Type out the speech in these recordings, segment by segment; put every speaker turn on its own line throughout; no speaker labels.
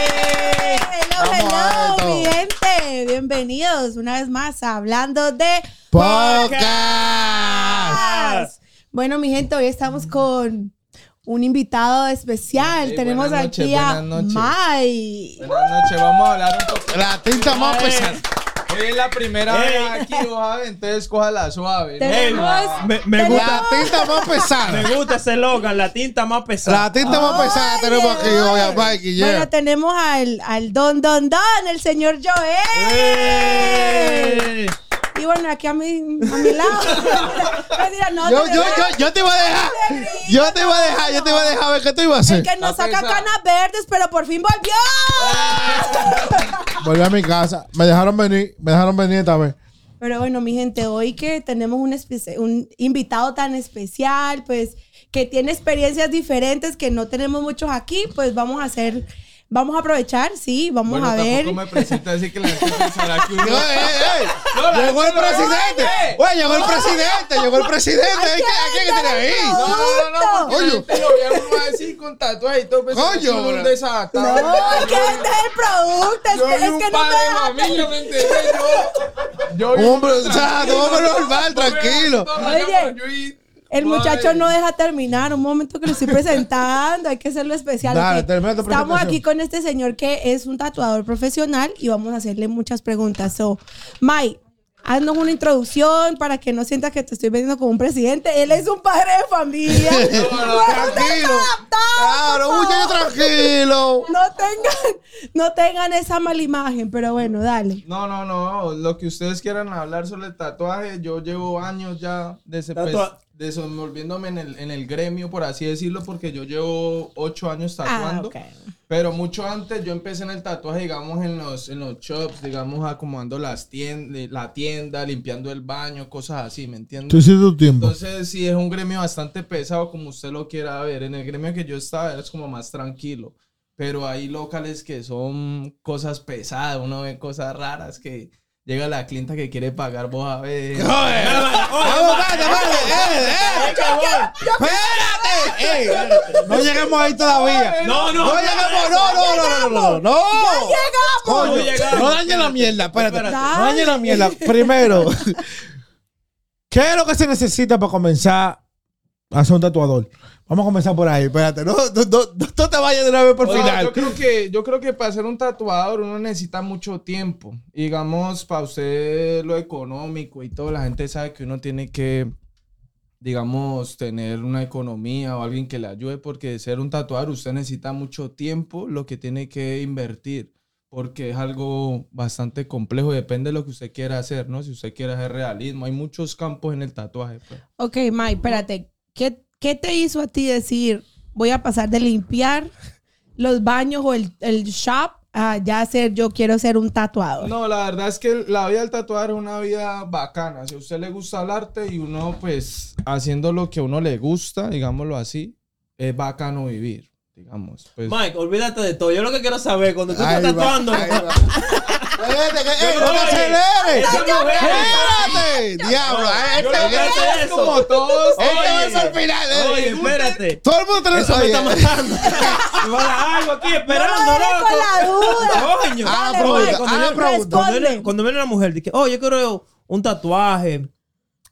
Hello,
Vamos a
hello,
esto.
mi gente. Bienvenidos una vez más a hablando de
¡Podcast!
Paz. Bueno, mi gente, hoy estamos con un invitado especial.
Ey,
Tenemos
buenas noches,
aquí a
buenas noches.
Mai.
Buenas noches, vamos a hablar un poco.
La tinta más pesada.
Hoy es la primera
Ey.
vez aquí, suave, entonces cójala suave. ¿no?
Tenemos
Me, me
Tenemos-
gusta,
La tinta más pesada.
me gusta ese logan, la tinta más
La
pesada.
tinta más pesada
Oye,
tenemos aquí hoy a
oye.
Mikey.
Bueno,
Yeah.
tenemos al, al Don Don Don, el señor Joel.
¡Ey!
Y bueno, aquí a mi, a mi lado. Mentira, no,
Yo,
de
yo,
verdad.
yo, yo te iba a dejar.
Alegría,
Yo te iba a dejar, yo te iba a dejar ver qué tú ibas a hacer.
Que nos
Está
saca
pesado.
canas verdes, pero por fin volvió.
Volví a mi casa. Me dejaron venir, me dejaron venir esta vez.
Pero bueno, mi gente, hoy que tenemos un, espe- un invitado tan especial, pues que tiene experiencias diferentes que no tenemos muchos aquí, pues vamos a hacer, vamos a aprovechar, sí, vamos
Bueno,
a ver.
tampoco me presento así que la gente pensará que uno...
Yo, eh, eh, eh.
No, la
Llegó el
gente no-
presidente.
¡Eh!
Güey, llegó el presidente, llegó el presidente.
Hay
¿Hay
que
que, hay que tener ahí?
No, no, no, no, porque
Oye.
la gente lo vieron uno así con tatuaje y todo, pensaba que
Coño,
uno era un
bro.
No,
desatado.
es que este es el producto, es
Yo
que,
vi
es
un
que no
padre
me
de familia, ¿me entendés? Yo- Yo vi
Un
un
hombre, o sea, un hombre normal, tranquilo.
Oye, El muchacho no deja terminar, un momento que lo estoy presentando, hay que hacerlo especial.
Dale,
ok.
termina tu
Estamos
presentación.
aquí con este señor que es un tatuador profesional y vamos a hacerle muchas preguntas. So, Mai, haznos una introducción para que no sientas que te estoy vendiendo como un presidente. Él es un padre de familia.
no,
Bueno, ustedes
Tranquilo.
adaptados,
Claro,
por
un muchacho
favor.
tranquilo.
No tengan, no tengan esa mala imagen, pero bueno, dale.
No, no, no, lo que ustedes quieran hablar sobre el tatuaje, yo llevo años ya dese- pues,
Tatua-
desenvolviéndome en el, en el gremio, por así decirlo, porque yo llevo ocho años
Ah,
tatuando.
ok.
Pero mucho antes yo empecé en el tatuaje, digamos, en los, en los shops, digamos, acomodando las tiendas, la tienda, limpiando el baño, cosas así, ¿me entiendes?
Tú hiciste tu tiempo.
Entonces, sí, es un gremio bastante pesado, como usted lo quiera ver. En el gremio que yo estaba es como más tranquilo. Pero hay locales que son cosas pesadas, uno ve cosas raras que llega la clienta que quiere pagar, vos a ver.
Joder. Vamos, espérate, espérate. Eh, eh. Espérate. Eh, No llegamos ahí todavía.
No, eh. no.
No llegamos, no, no, no, no, no, no. No.
Llegamos.
Coño,
No llegamos.
no dañe la mierda, espérate. No
Espérate.
dañe la mierda. Primero, ¿qué es lo que se necesita para comenzar a ser un tatuador? Vamos a comenzar por ahí, espérate. No, no, no, no te vayas de una vez por
No,
final.
Yo creo, que, yo creo que para ser un tatuador uno necesita mucho tiempo. Y Digamos, para usted lo económico y todo, la gente sabe que uno tiene que, digamos, tener una economía o alguien que le ayude, porque de ser un tatuador usted necesita mucho tiempo, lo que tiene que invertir, porque es algo bastante complejo, depende de lo que usted quiera hacer, ¿no? Si usted quiere hacer realismo, hay muchos campos en el tatuaje. pues.
Ok, Mai, espérate. ¿Qué, qué te hizo a ti decir, voy a pasar de limpiar los baños o el, el shop a ya ser, yo quiero ser un tatuador?
No, la verdad es que la vida del tatuador es una vida bacana. Si a usted le gusta el arte y uno, pues, haciendo lo que a uno le gusta, digámoslo así, es bacano vivir, digamos. Pues,
Mike, olvídate de todo. Yo lo que quiero saber, cuando tú
Ahí
estás
va,
tatuando,
ahí va. Espérate, que- ey, no te aceleres.
esa mujer.
Espérate. Diablo,
Yo
este,
lo que
este.
hace es
como
eso. Oh.
todos,
Este es
Oye.
el final. eh.
Oye, espérate.
Todo el mundo tiene
Eso me
Oye,
está matando. Me van a dar algo aquí esperando,
No me dejes
loco.
con la duda.
Coño.
Ah,
Dale,
pregunta,
Mike,
ah,
responde.
pregunta.
cuando viene, cuando viene la mujer, dice, oh, yo quiero un tatuaje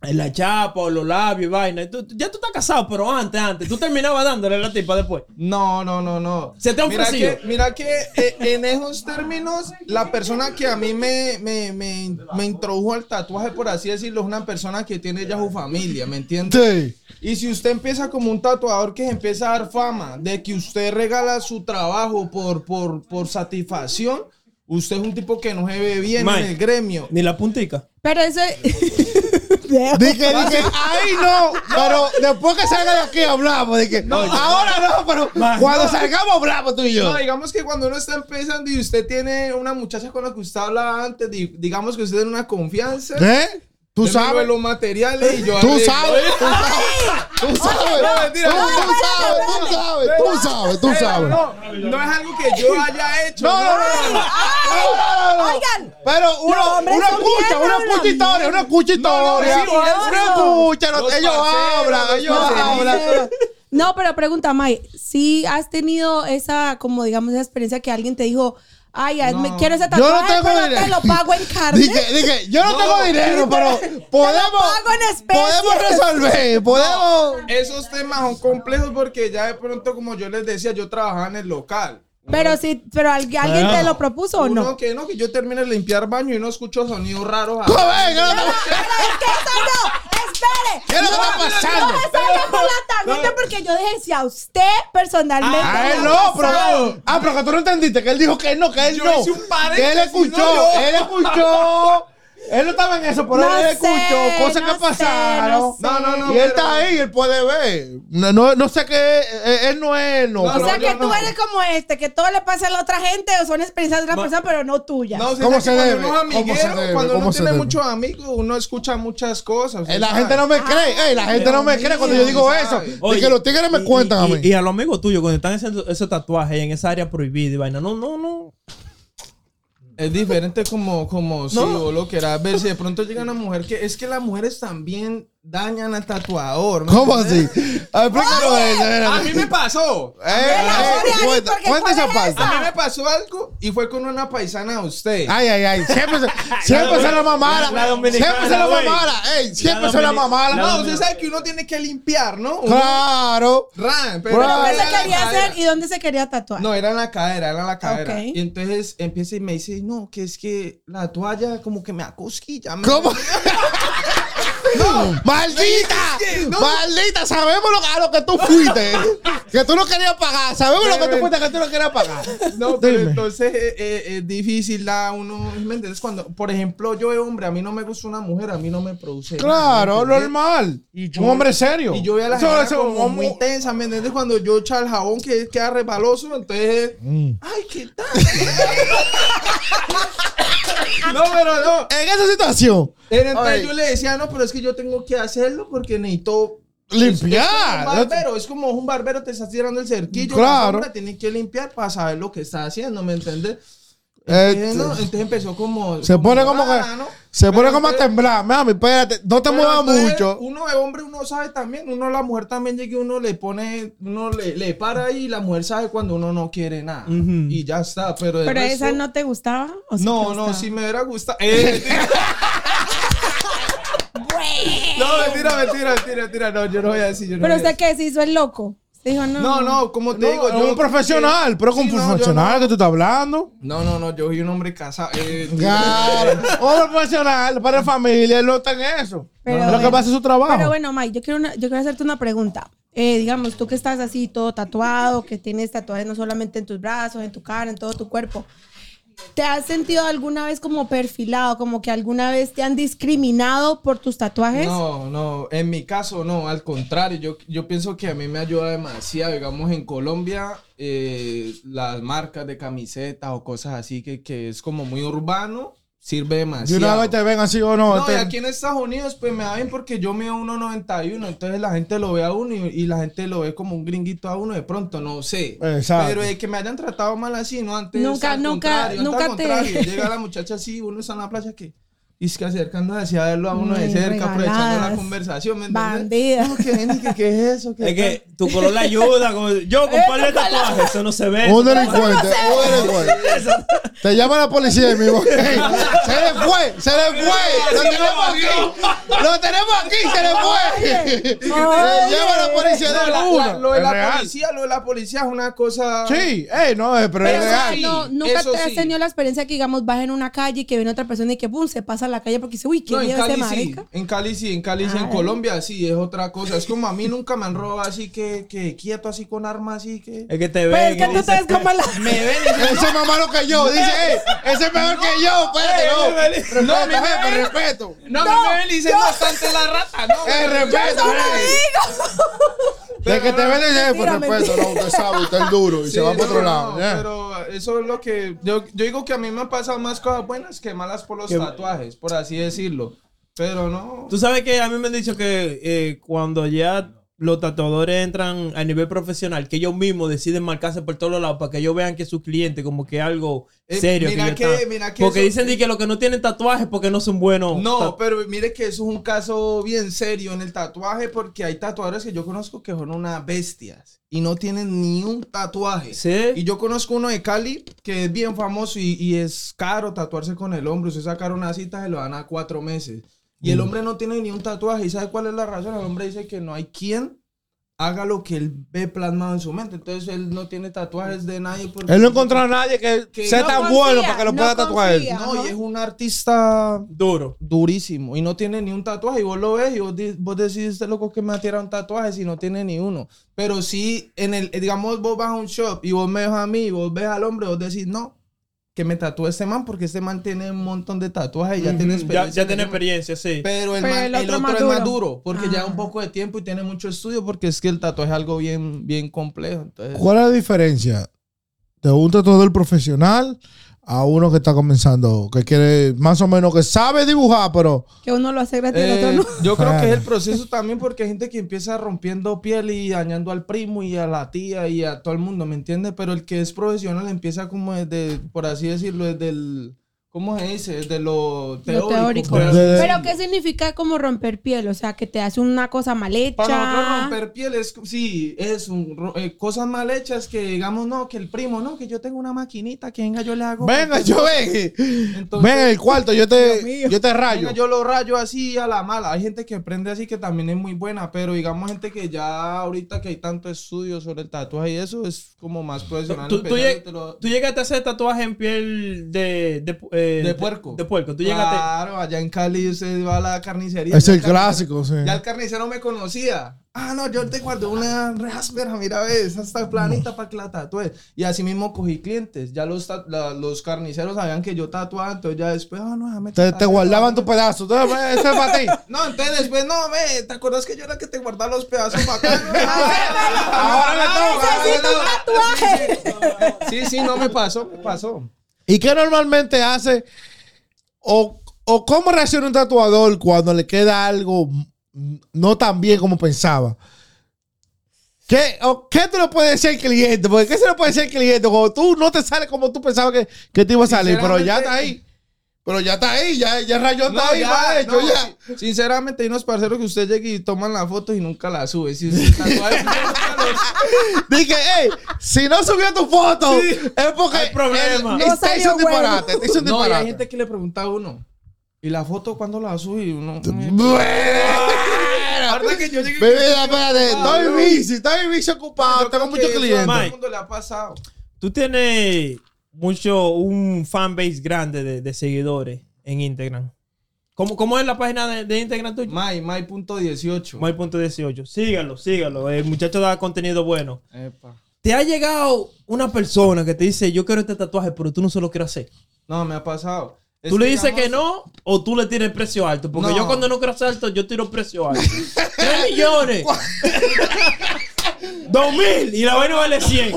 en la chapa o los labios y vaina. Y tú- ya tú estás casado, pero antes, antes. Tú terminabas dándole a la tipa después.
No, no, no, no.
Se te ha
mira
ofrecido.
que, mira que eh, en esos términos, la persona que a mí me, me, me, me introdujo al tatuaje, por así decirlo, es una persona que tiene ya su familia, ¿me entiendes?
Sí.
Y si usted empieza como un tatuador que se empieza a dar fama de que usted regala su trabajo por, por, por satisfacción, usted es un tipo que no se ve bien en
Mike.
el gremio.
Ni la puntica.
Pero eso
Dije, dije, ahí no, pero después que salga de aquí hablamos. Dije, ahora no, pero
Más,
cuando salgamos hablamos tú y yo.
No, digamos que cuando uno está empezando y usted tiene una muchacha con la que usted hablaba antes, di- digamos que usted tiene una confianza.
¿Eh? Tú
démelo de
sabes,
los materiales y yo
tú
arreglo.
sabes, tú sabes, tú sabes,
no, mentira,
tú
no,
tú sabes, tú sabes, tú sabes, tú
Eh,
sabes.
No, no es algo que yo haya hecho.
No, no, no, no. No, no, no, no.
Oigan.
Pero
Los
uno,
hombres
uno
son
escucha,
bien
uno escucha
habladores.
historia, uno escucha
No,
historia.
no, mentirosos.
Uno escucha, no-
Los
ellos
parceros,
hablan,
los
ellos
parceritos.
hablan.
No, pero pregunta, May, si has tenido esa, como digamos, esa experiencia que alguien te dijo, ay, hazme-
No.
quiero ese
Yo no
tatuaje,
tengo
pero
dinero".
te lo pago en carne.
Dije, dije, yo no, tengo dinero, pero podemos.
pago en especie.
podemos resolver, podemos.
Esos temas son complejos porque ya de pronto, como yo les decía, yo trabajaba en el local.
Pero sí, pero al- alguien te lo propuso o
Uno
no.
que no, que yo termine de limpiar baño y no escucho ah. sonidos raros.
Joven, ¿qué no
Pero
estamos-
es que eso no, espere.
¿Qué es lo que está pasando?
No me salga por la tangente porque yo dije si a usted personalmente.
Ah,
le
él
ha
no,
pasado.
pero. Ah, pero que tú no entendiste, que él dijo que no, que él
Yo
no.
hice un paréntesis,
Que él escuchó,
no yo.
él escuchó. Él no estaba en eso, pero
No
él
sé,
escuchó cosas
no
que
sé,
pasaron.
no sé.
No, no, no,
Y él
pero-
está ahí, él puede ver. No, no, no sé qué. eh, Él no es, no.
No,
O
pero-
sea
no,
que
yo
tú
no.
eres como este, que todo le pasa a la otra gente o son experiencias de otra persona, pero no tuyas.
No, o sea,
¿Cómo
que
se
cuando
debe?
uno es
¿Cómo se
amiguero,
debe?
Cuando
¿Cómo
uno
se
tiene
debe?
muchos amigos, uno escucha muchas cosas.
Eh, La gente no me cree, eh, la gente no me cree cuando yo digo eso. Y
Oye,
que los tigres me
y-
cuentan a
y-
mí.
Y, a los amigos tuyos, cuando están haciendo esos tatuajes en esa área prohibida y vaina, no, no, no.
Es diferente como, como si
No.
vos lo querás ver. Si de pronto llega una mujer que... Es que las mujeres también dañan al tatuador. ¿me
¿Cómo
entendés?
así? A ver, Explícalo eso.
A mí
espérate.
me pasó.
Eh, eh,
Ariel,
cuenta,
porque
cuenta
¿cuál
esa
es
parte.
A mí me pasó algo y fue con una paisana de usted.
Ay, ay, ay. Siempre se, siempre se la mamara.
La dominicana,
Siempre se la
güey.
mamara. Ey, siempre
La
se la
domini-
mamara.
la
no,
No,
usted sabe que uno tiene que limpiar, ¿no? Uno-
Claro.
Ran,
Pero
era
¿Qué
¿qué
se
en la
quería
cadera.
hacer y dónde se quería tatuar?
No, era en la cadera, era en la cadera.
Ok.
Y entonces empieza y me dice, no, que es que la toalla como que me da cosquilla. me-
¿Cómo? ¡Maldita!
Es que no.
¡Maldita! Sabemos lo, a lo que tú fuiste. que tú no querías pagar. Sabemos lo que tú fuiste que tú no querías pagar.
No, pero
Dime.
entonces eh, eh, es difícil la uno, ¿me entiendes? Cuando, por ejemplo, yo de hombre, a mí no me gusta una mujer, a mí no me produce. nada, ¿me
Claro,
entendés?
normal.
Y yo-
Un hombre serio.
Y yo veo a la
Eso-
gente
eso,
como
un-
muy tensa, ¿me entiendes? Cuando yo echa el jabón que queda resbaloso, entonces, ay, ¿qué tal? no, pero no.
En esa situación,
Era, Entonces
Ay.
yo le decía, no, pero es que yo tengo que hacerlo porque necesito
limpiar.
Es como un barbero, es como un barbero te está tirando el cerquillo.
Ah, Claro.
Claro. Tienes que limpiar para saber lo que está haciendo, ¿me entiendes?
Eh,
Entonces, no, entonces empezó como.
Se pone como que.
rara, ¿no?
Se pone
Pero
como a
entonces-
temblar. Mami, espérate, no te
pero
muevas
entonces,
mucho.
Uno de hombre, uno sabe también. Uno, la mujer también llega y uno le pone, uno le, le para ahí y la mujer sabe cuando uno no quiere nada.
Ujú.
Y ya está. Pero, de
¿Pero
resto-
esa no te gustaba? ¿O sí
No,
te
no,
gustaba?
si me hubiera gustado. Eh, no, mentira, mentira, mentira, mentira. No, yo no voy a decir. Yo no
Pero
voy a
usted qué se hizo el loco. Se dijo, no.
No, no, como te digo,
es
yo-
un profesional, pero con
Sí,
un
no, yo
profesional
no.
que tú estás hablando.
No, no, no, yo soy un hombre casado. eh,
Claro. un profesional para familia, él no está en eso.
Pero
lo que
bueno.
pasa es su trabajo.
Pero bueno, May, yo quiero, una- yo quiero hacerte una pregunta. Eh, digamos, tú que estás así todo tatuado, que tienes tatuajes no solamente en tus brazos, en tu cara, en todo tu cuerpo. ¿Te has sentido alguna vez como perfilado, como que alguna vez te han discriminado por tus tatuajes?
No, no, en mi caso no, al contrario, yo, yo pienso que a mí me ayuda demasiado, digamos, en Colombia, eh, las marcas de camisetas o cosas así que, que es como muy urbano,
de
sirve demasiado.
una vez te ven así o no.
No, y
te-
aquí en Estados Unidos, pues me da bien porque yo mido 1.91, entonces la gente lo ve a uno y, y la gente lo ve como un gringuito a uno de pronto, no sé.
Exacto.
Pero es que me hayan tratado mal así, no antes.
Nunca,
al
nunca,
contrario, antes
nunca
al
te-
contrario. Llega la muchacha así, uno está en la playa que. Y es que acercándose así a verlo a uno de
Muy
cerca, aprovechando la
regaladas.
conversación, ¿me entiendes?
Bandida.
No, que ven y que qué es eso,
Es que tu color le ayuda. como- yo con par de tatuajes, eso no se ve.
Un delincuente, un delincuente. Te llama la policía y me dice, se le fue, se le fue. Lo tenemos aquí. Lo tenemos aquí, se le fue. Se llama la policía
No,
de
la-
uno.
la- lo de
Es
la
real.
policía, lo de la policía es una cosa.
Sí, ey, no, eh, pero
Pero,
es
o sea,
real.
no, nunca
eso
te has
sí.
tenido la experiencia que, digamos, vas en una calle y que viene otra persona y que, boom, se pasa a la calle porque dice, uy, ¿quién
No, en
miedo ese
Cali sí,
marica?
en Cali sí, en Cali sí, en
Ah.
Colombia sí, es otra cosa. Es como a mí nunca me han robado así que, que quieto, así con arma, así Pues, que...
Es que te
Pero
ven.
es que
y
tú te
dices,
ves como la...
Me ven.
Ese es más malo que yo. Dice, "Ey, ese es mejor que yo. Espérate, no. Respeto,
No, mi
jefe,
bebé.
respeto.
No, me ven y dicen bastante la rata, ¿no?
Eh, respeto. eh. De que te ven el jefe,
Mentira,
respeto. No, usted sabe, usted es duro y
Sí,
se va para
no,
otro
no,
lado. ya.
Pero eso es lo que. Yo, yo digo que a mí me han pasado más cosas buenas que malas por los
Que-
tatuajes, por así decirlo. Pero no.
Tú sabes que a mí me han dicho que eh, cuando ya los tatuadores entran a nivel profesional, que ellos mismos deciden marcarse por todos los lados para que ellos vean que su cliente como que es algo
Eh,
serio.
mira
que
que-
ellos están-
mira que
porque
eso-
dicen di que los que no tienen tatuajes porque no son buenos.
No,
Ta-
pero mire que eso es un caso bien serio en el tatuaje porque hay tatuadores que yo conozco que son unas bestias y no tienen ni un tatuaje. Y
sí.
yo conozco uno de Cali que es bien famoso y, y es caro tatuarse con el hombro. Usted sacar una cita se lo dan a cuatro meses. Y
Mm.
el hombre no tiene ni un tatuaje. ¿Y sabe cuál es la razón? El hombre dice que no hay quien haga lo que él ve plasmado en su mente. Entonces él no tiene tatuajes de nadie. Porque
Él no encontró a nadie que,
Que
sea
no
tan
confía,
bueno para que lo
no
pueda tatuar él.
confía.
No, y es un artista
Duro.
durísimo y no tiene ni un tatuaje y vos lo ves y vos, di- vos decís este loco que me atira un tatuaje si no tiene ni uno pero si en el eh, digamos vos vas a un shop y vos me ves a mí y vos ves al hombre vos decís no que me tatúe este man porque este man tiene un montón de tatuajes y ya tiene
Ujú, Ya,
experiencia
ya tiene
en el-
experiencia, sí.
pero el,
Pero
man-
el
el
otro
otro,
más
es más
duro.
duro porque lleva
Ah.
un poco de tiempo y tiene mucho estudio porque es que el tatuaje es algo bien bien complejo entonces
¿Cuál es la diferencia de un tatuador profesional a uno que está comenzando, que quiere más o menos, que sabe dibujar, pero
Que uno lo hace gratis y el
Eh,
otro no.
yo creo que es
Claro.
el proceso también porque hay gente que empieza rompiendo piel y dañando al primo y a la tía y a todo el mundo, ¿me entiendes? Pero el que es profesional empieza como desde, por así decirlo, desde el, ¿cómo se dice? Desde lo teórico. pues.
teórico.
por así
Desde-
decirlo.
Pero, ¿qué significa como romper piel? O sea, que te hace una cosa mal hecha.
Para nosotros romper piel es, sí, es un, ro- eh, cosas mal hechas que digamos, no, que el primo, no, que yo tengo una maquinita, que venga, yo le hago.
venga, yo ven.
Entonces-
ven el cuarto, yo te,
mío.
yo te rayo.
Venga, yo lo rayo así a la mala. Hay gente que aprende así que también es muy buena, pero digamos gente que ya ahorita que hay tanto estudio sobre el tatuaje y eso es como más profesional.
Tú, tú
empezar y
lleg-
te lo-
tú llegaste a hacer tatuaje en piel de, de, pu- eh,
De puerco. Ah.
De, puerco. Tú llegaste.
Claro, allá en Cali usted va a la carnicería.
es
ya
el
carni-
clásico, sí.
Ya el carnicero me conocía. Ah, no, yo te guardé una raspberry, mira, ve, esa está planita para que la tatúes. Y así mismo cogí clientes. Ya los, ta- la- los carniceros sabían que yo tatuaba, entonces ya después, ah, no, déjame
Te, te
tatuar.
guardaban tu pedazo. Tú, "Ve, Ese es para ti.
No, entonces después, no, ve, ¿te acuerdas que yo era el que te guardaba los pedazos bacanos? Ah,
Ahora me toca.
Necesito un tatuaje.
Sí, sí, no me pasó, me pasó.
¿Y qué normalmente hace? O, o cómo reacciona un tatuador cuando le queda algo mm, no tan bien como pensaba? ¿Qué, o ¿Qué te lo puede decir el cliente? Porque ¿qué se lo puede decir el cliente? Cuando tú no te sales como tú pensabas que, que te iba a salir, pero ya está ahí. Pero ya está ahí, ya, ya rayó está ahí, mal hecho,
no,
ya.
sí. Sinceramente, hay unos parceros que usted llega y toman la foto y nunca la sube. Si usted tatuaje, nunca lo sube.
Dije, hey, si no subió tu foto, es porque.
Hay problema.
él-
No
Te
salió
hizo un
bueno.
disparate, te hizo un
no, y hay
disparate.
gente que le pregunta a uno, ¿y la foto cuándo la sube? Y uno, "Mm,
Bueno.
Ahorita que yo llegué-
Bebida, espérate, estoy bici, estoy bici ocupado,
Yo
tengo
creo
muchos
que eso
clientes.
A todo
Mike.
el mundo le ha pasado.
Tú tienes mucho, un fanbase grande de, de seguidores en Instagram. ¿Cómo, cómo es la página de, de Instagram tuya?
Mai, Mai.18.
My.18. Sígalo, sígalo. El muchacho da contenido bueno.
Epa.
¿Te ha llegado una persona que te dice, yo quiero este tatuaje, pero tú no se lo quieres hacer?
No, me ha pasado. Este Es
¿Tú le dices
digamos-
que no o tú le tiras el precio alto? Porque
No.
yo cuando no quiero hacer alto, yo tiro el precio alto. ¡Tres millones! ¡Dos mil! Y la vaina vale 100.